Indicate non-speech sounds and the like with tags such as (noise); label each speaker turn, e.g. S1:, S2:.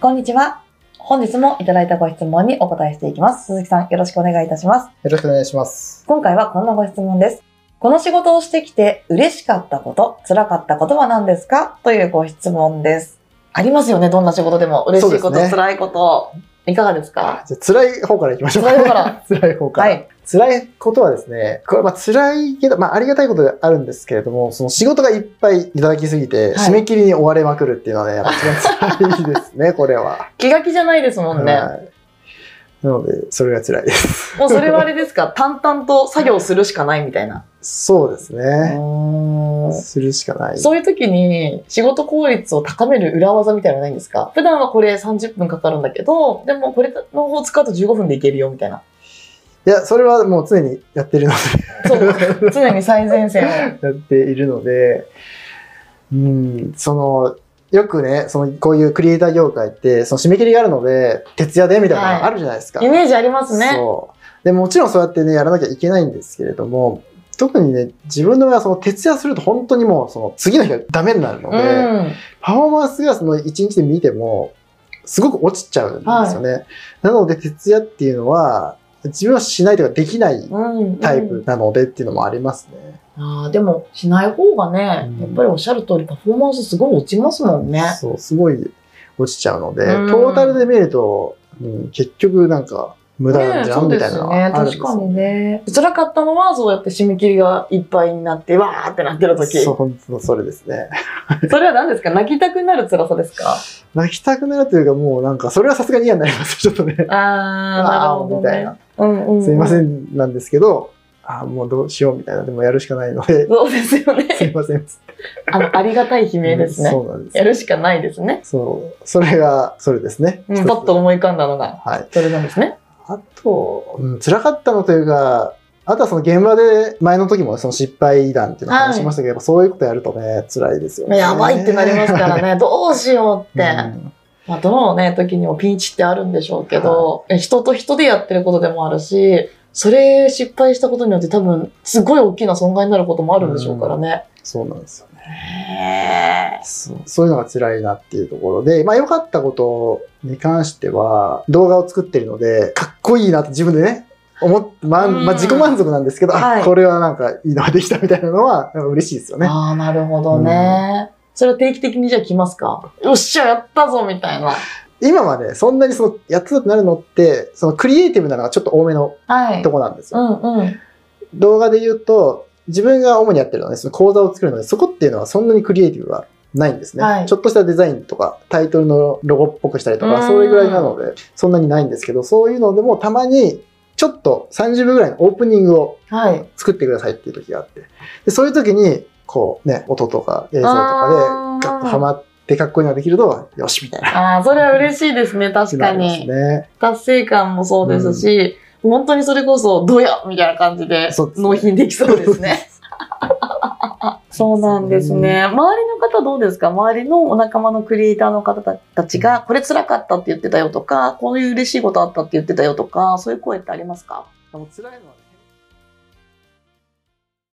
S1: こんにちは。本日もいただいたご質問にお答えしていきます。鈴木さん、よろしくお願いいたします。
S2: よろしくお願いします。
S1: 今回はこんなご質問です。この仕事をしてきて嬉しかったこと、辛かったことは何ですかというご質問です。ありますよね、どんな仕事でも。嬉しいこ
S2: そう
S1: と、
S2: ですね
S1: 辛いこと。いかがですか
S2: じゃあ辛い方からいきましょうか、
S1: 辛い方から。
S2: (laughs) 辛い方か
S1: は
S2: ら。
S1: い。
S2: 辛いことはですね、これまあ辛いけど、まあありがたいことであるんですけれども、その仕事がいっぱいいただきすぎて、
S1: はい
S2: 締め切りに追われまくるっていうのはね、やっぱ一番辛いです
S1: (laughs)
S2: ね、これは。
S1: 気が気じゃないですもんね。
S2: はいなので、それが辛いです。
S1: もうそれはあれですか、 (laughs) 淡々と作業するしかないみたいな。
S2: そうです
S1: う
S2: ね。
S1: ーん
S2: するしかない。
S1: そういう時に仕事効率を高める裏技みたいなのないんですか普段はこれ30分かかるんだけど、でもこれの方を使うと15分でいけるよみたいな。
S2: いや、それはもう常にやってるの (laughs)
S1: そう。常に最前線を。
S2: やっているので、うん、その、よくね、その、こういうクリエイター業界って、その締め切りがあるので、徹夜でみたいなのがあるじゃないですか。
S1: イメージありますね。
S2: そう。で、もちろんそうやってね、やらなきゃいけないんですけれども、特にね、自分の場合はその徹夜すると本当にもう、その、次の日がダメになるの
S1: う
S2: で、
S1: ん。
S2: パフォーマンスがその1日で見ても、すごく落ちちゃうんですよね。なので、徹夜っていうのは、自分はしないとかできない
S1: うん。
S2: タイプなのでっていうのもありますね。
S1: ああ、でもしない方がね、や
S2: うん
S1: っぱりおっしゃる通りパフォーマンスすごい落ちますもんね。
S2: そう、すごい落ちちゃうので、ト
S1: うん
S2: ータルで見ると、うん、結局なんか無駄なんじゃん、
S1: ね
S2: みたいなの
S1: そう
S2: は
S1: ですね。
S2: あるんです
S1: 確
S2: よ
S1: かにね。辛かったのは、そうやって締め切りがいっぱいになって、わーってなってる時。
S2: そ
S1: そ
S2: う、本当それですね。
S1: れは何ですか泣きたくなる辛さですか
S2: 泣きたくなるというか、もうなんか、それはさすがに嫌になります、ちょっとね。
S1: ああ、な
S2: あ
S1: る
S2: ー
S1: ほど、ね。
S2: みたいな。
S1: うんうんうん、
S2: すいませ
S1: ん。
S2: ん、なんですけど、あーもうどうしようみたいな、でもやるしかない
S1: (laughs)
S2: ので、
S1: そうですよ
S2: すい
S1: ね。
S2: ません。
S1: あの、ありがたい悲鳴ですね。
S2: そうなんです
S1: や。るしかないですね。
S2: そう、それが、それですね。
S1: う
S2: 一
S1: ん、
S2: つ
S1: パッと思い浮かんだのが、
S2: はい。
S1: それなんですね。
S2: あと、うん、辛かったのというか、あとはその現場で、前の時もその失敗談っていうのを話しましたけど、やっぱそういうことやるとね、辛いですよね。
S1: やばいってなりますから
S2: (laughs)
S1: ね。どうしようって。
S2: うん
S1: まあ、どのね、時にもピンチってあるんでしょうけど、え人と人でやってることでもあるし、それ失敗したことによって多分、すごい大きな損害になることもあるんでしょうからね。
S2: そうなんですよね。
S1: へ
S2: そうそういうのが辛いなっていうところで、まあ良かったことに関しては、動画を作ってるので、かっこいいなって自分でね、思っまあ、
S1: うん
S2: まあ自己満足なんですけど、あ
S1: はい
S2: これはなんかいいのができたみたいなのは、なんか嬉しいですよ
S1: ー
S2: ね。
S1: ああ、なるほどね。それは定期的にじゃあ来ますかよっしゃ、やったぞみたいな。
S2: 今までそんなにその、やってたってなるのって、そのクリエイティブなのがちょっと多めの
S1: はい
S2: と。こなんですよ
S1: う。んうん。
S2: 動画で言うと、自分が主にやってるのはね、その講座を作るので、そこっていうのはそんなにクリエイティブはないんですね。
S1: はい
S2: ちょっとしたデザインとか、タイトルのロゴっぽくしたりと
S1: うん
S2: か、それぐらいなので、そんなにないんですけど、そういうのでもたまに、ちょっと30秒ぐらいのオープニングを
S1: はい。
S2: 作ってくださいっていう時があって、でそういう時に、こうね、音とか映像と
S1: あー
S2: かで、ガッとハマってかっこいいのができると、よしみたい
S1: あ
S2: な。
S1: あ、それは嬉しいですね、確か
S2: (laughs) なります
S1: に。
S2: ね。
S1: 達成感もそうですし、本当にそれこそ、どやみたいな感じで
S2: そうで、すね
S1: 納品できそうですね。
S2: (laughs)
S1: そうなんですね。周りの方どうですか周りのお仲間のクリエイターの方たちが、これ辛かったって言ってたよとか、こういう嬉しいことあったって言ってたよとか、そういう声ってありますか
S2: あの辛いのはね